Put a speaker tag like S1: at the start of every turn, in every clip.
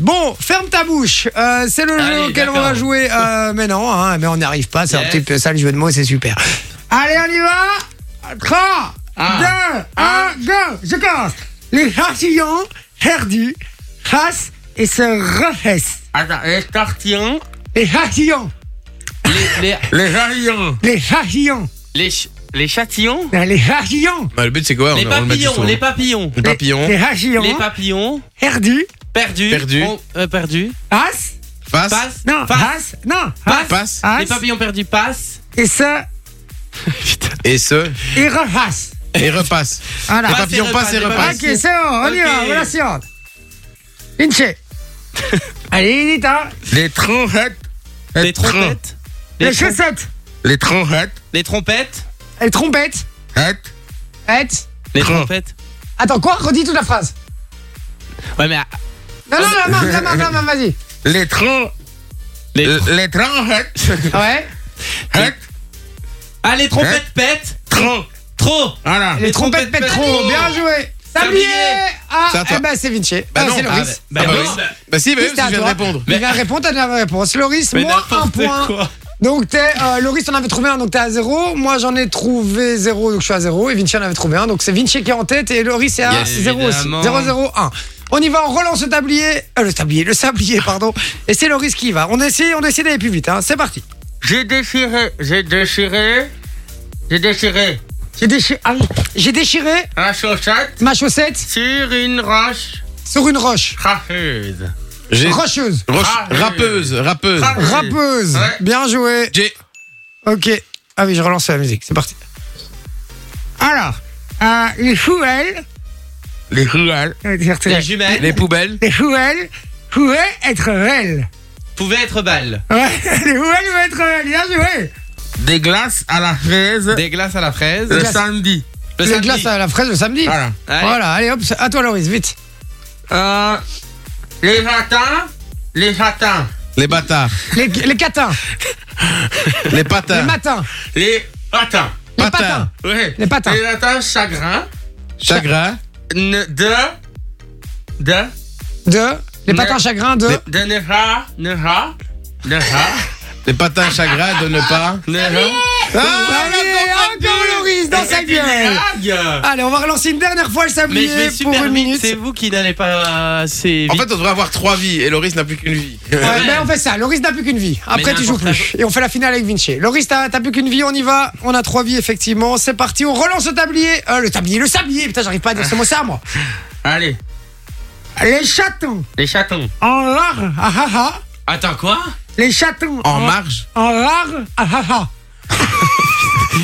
S1: Bon, ferme ta bouche. Euh, c'est le jeu
S2: Allez,
S1: auquel on va
S2: d'accord.
S1: jouer. Euh, mais non, hein, mais on n'y arrive pas. C'est un
S2: Yes.
S1: petit peu ça le jeu de mots, c'est super. Allez, on y va. 3,
S2: Ah.
S1: 2, 1, go. Je commence. Les ratillons, herdus, rassent et se refaissent.
S2: Attends, les tartillons,
S1: Les ratillons,
S2: les. Les, les jarillons,
S1: les ratillons,
S2: les, ch- les chatillons,
S1: les ratillons,
S3: Bah, le but, c'est quoi
S2: les
S3: on, on le met du
S2: papillons,
S3: son.
S2: les papillons,
S3: Les papillons,
S1: les ratillons,
S2: les papillons,
S1: herdus,
S2: perdus,
S3: Perdus.
S2: on- euh, perdus,
S1: rassent,
S3: face,
S2: passe,
S1: non,
S2: passe,
S1: rassent, non,
S2: passe,
S3: passe,
S1: rassent,
S2: les papillons perdus, passe,
S1: et se,
S3: et se,
S1: et refassent.
S3: et repasse.
S1: Voilà.
S3: les
S2: Passe et
S3: papillons
S2: repasse,
S3: passent et
S2: les
S3: repassent.
S2: papillons.
S1: Ok, c'est bon, on y va,
S2: Ok.
S1: voilà la suivante. Vinci. Allez, vite, hein.
S3: Les trompettes,
S2: les trompettes, les,
S1: Les
S2: trom-
S1: chaussettes,
S3: les trompettes,
S2: les trompettes,
S1: les trompettes,
S3: hâte,
S1: hâte.
S2: les
S3: Tron.
S2: trompettes.
S1: Attends, quoi Redis toute la phrase.
S2: Ouais, mais. ah,
S1: Non, non, la main, la main, la main, vas-y.
S3: les trom,
S2: Les trom-
S3: les trompettes,
S1: Ouais.
S3: hâte,
S2: Ah, les
S3: hein?
S2: trompettes pètent
S3: trom.
S2: trop
S3: Voilà.
S1: Les trompettes pètent trop, bien joué. Sablier Ah,
S3: C'est à toi.
S1: eh ben c'est Vinci.
S3: Bah
S1: Ah,
S3: non,
S1: c'est
S3: ah,
S1: Loris.
S3: bah,
S2: Bah
S3: bah
S2: non.
S3: oui. Bah si, bah oui,
S1: C'était
S3: parce
S1: à
S3: que je viens de
S1: toi.
S3: répondre.
S1: Il vient répondre, t'as la réponse. Loris,
S2: Mais
S1: moins un
S2: n'importe
S1: point.
S2: quoi.
S1: Donc t'es, euh, Loris, t'en avais trouvé un, donc t'es à zéro. Moi, j'en ai trouvé zéro, donc je suis à zéro. Et Vinci en avait trouvé un, donc c'est Vinci qui est en tête. Et Loris est à
S2: Yes,
S1: zéro aussi.
S2: évidemment.
S1: 0, 0, 1. On y va, on relance le tablier. euh, le tablier, le sablier, pardon. Et c'est Loris qui y va. On essaie, on essaie d'aller plus vite. hein. C'est parti.
S2: J'ai déchiré, j'ai déchiré, j'ai déchiré
S1: J'ai déchiré, ah oui. J'ai déchiré
S2: un chaussette
S1: ma chaussette
S2: sur une roche
S1: sur une roche.
S2: tracheuse.
S3: J'ai-
S1: Rocheuse.
S3: Roche-
S2: Ah, oui.
S3: Rappeuse, rappeuse.
S2: Ah, oui.
S1: Rappeuse.
S2: Ouais.
S1: Bien joué.
S3: J'ai
S1: Ok. Ah oui, je relance la musique. C'est parti. Alors, euh, les fouelles.
S3: les ruelles,
S2: Les
S1: Les
S2: jumelles
S3: les poubelles,
S1: fouelles pouvaient être belles.
S2: pouvaient être belles.
S1: Ouais, les fouelles pouvaient être belles. Bien joué.
S3: des glaces à la fraise,
S2: Des glaces à la fraise.
S3: le
S1: glaces.
S3: samedi.
S2: Le
S1: Les
S2: samedi.
S1: glaces à la fraise le samedi.
S3: Voilà.
S2: Allez.
S1: Voilà, allez hop, à toi Loris, vite.
S2: Euh, les jatins, les jatins,
S3: Les bâtards,
S1: Les, les catins,
S3: les
S1: les
S2: Ah.
S3: patins,
S1: matins,
S2: les patins.
S1: les
S3: Patins.
S1: patins,
S2: Ouais.
S1: les patins.
S2: Les jatins chagrins
S3: chagrin,
S2: ne- de de
S1: De, les
S2: Mais-
S1: patins chagrins de.
S2: de ne pas ne pas ne pas
S3: les patins chagrin de ne pas.
S2: ne pas.
S3: Ah,
S1: Allez, encore Loris dans
S2: Mais
S1: sa
S2: c'est une
S1: gueule.
S2: blague.
S1: Allez, on va relancer une dernière fois le
S2: Mais je
S1: sablier
S2: vais
S1: pour
S2: super
S1: une
S2: vite,
S1: minute.
S2: c'est vous qui n'allez pas assez
S3: En
S2: vite.
S3: fait, on devrait avoir trois vies et Loris n'a plus qu'une vie.
S1: Ouais,
S2: Ouais.
S1: ben on fait ça. Loris n'a plus qu'une vie. Après,
S2: Mais
S1: tu joues
S2: n'importe
S1: plus. Et on fait la finale avec Vinci. Loris, t'as t'as plus qu'une vie. On y va. On a trois vies, effectivement. C'est parti. On relance le tablier. Euh, le tablier, le sablier. Putain, j'arrive pas à dire ce mot ça, moi.
S2: Allez,
S1: Les chatons
S2: les chatons.
S1: en lard. Ah ah ah.
S2: Attends quoi
S1: Les chatons
S3: En marge,
S1: en lard. Ah ah ah.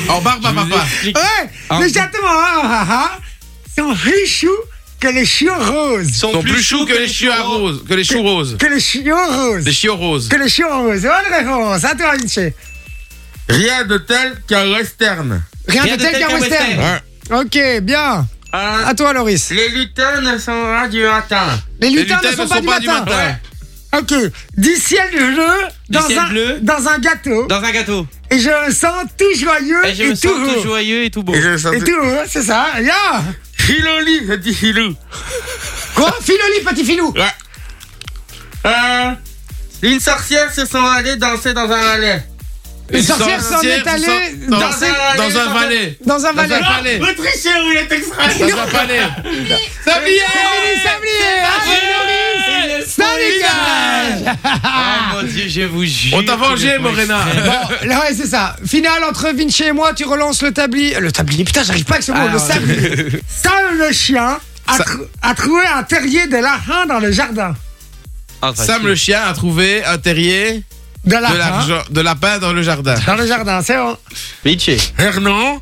S3: en barbe à papa.
S1: Ouais.
S2: Ah.
S1: Les chatons en lard. Ah ah. Sont plus choux que les chiots roses.
S3: Sont plus choux que les chiots à roses, que les choux roses,
S1: Que les chiots
S3: les
S1: roses.
S3: chiots roses.
S1: Que les chiots roses. Bonne réponse. À toi, Vinci.
S3: Rien de tel qu'un western.
S1: Rien, de tel qu'un western.
S3: Ouais.
S1: Ok, bien.
S2: Euh,
S1: À toi, Loris.
S2: les lutins ne sont pas du matin.
S1: Les
S3: Les
S1: lutins, ne sont, pas, du matin. Ok, du ciel bleu dans,
S2: ciel
S1: un,
S2: bleu.
S1: dans un gâteau.
S2: Dans un gâteau.
S1: Et je me sens tout joyeux
S2: Et
S1: et,
S2: je me
S1: tout
S2: sens tout
S1: heureux.
S2: joyeux et tout beau.
S3: Et je
S1: Et tout heureux, c'est ça. Yeah.
S2: Filoli, je dis filou.
S1: Quoi Filoli, petit filou.
S3: Ouais.
S2: Euh, une sorcière se sont allées danser dans un allée.
S1: Les sorcières s'en est allée
S3: dans,
S1: danser
S3: dans un valet.
S1: dans un valet.
S3: un- Allez.
S2: Vous trichez ou il est extra
S3: Dans un palais.
S1: Sablier Sablier Salut, gars
S2: Ah mon dieu, je vous jure.
S3: On t'a vengé, Morena.
S1: Bon, là, ouais, c'est ça. Finale entre Vinci et moi, tu relances le tablier. Le tablier, putain, j'arrive pas avec ce mot,
S2: Ah,
S1: le
S2: ouais.
S1: sablier. Seul le chien a,
S3: Ça-
S1: trou- a trouvé un terrier de larin dans le jardin.
S3: Sam le chien a trouvé un terrier
S1: De
S3: de,
S1: larin
S3: l'argent, de lapin dans le jardin.
S1: Ah, hein. Dans le jardin, c'est bon.
S2: Bitché.
S3: Hernan,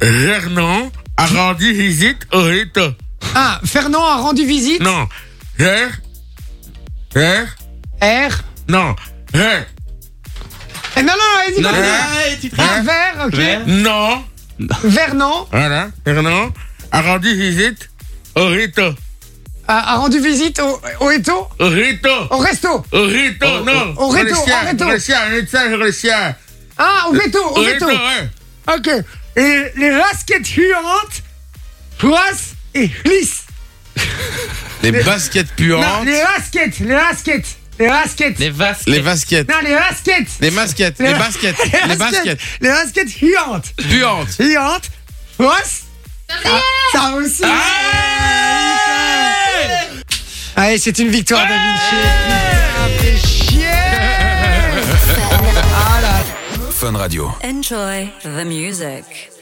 S3: Hernan a rendu visite au Rito.
S1: Ah, Fernand a rendu visite.
S3: Non, R, R,
S1: R.
S3: non, R,
S1: Eh, non, non, non, vas-y,
S2: Non,
S1: continue.
S2: non, tu
S1: Ah,
S2: triches.
S1: vert, ok.
S2: Vert.
S3: non.
S1: Vert, non.
S3: Voilà, Hernan a rendu visite au Rito.
S1: A, a rendu visite au, au Eto,
S3: Au Rito,
S1: au resto.
S3: au Rito, non.
S1: au Rito,
S3: Le chien,
S1: au Rito.
S3: Le chien, le chien, le chien.
S1: Ah, au veto,
S3: Au
S1: au veto.
S3: Rito, ouais.
S1: Ok. Et les raquettes huantes, poissent et glissent.
S3: Les baskets
S1: Non,
S3: puantes.
S1: les baskets, les baskets, les baskets.
S4: Les vasques.
S3: Les baskets.
S1: Non, les baskets.
S3: Les masquettes. Les baskets. Les baskets.
S1: Les baskets huantes.
S3: Puantes.
S1: Huantes. Fausse. Ah, Ça aussi.
S3: Ah,
S1: Allez, c'est une victoire de Vinci. Putain, fais chier.
S5: Enjoy the music.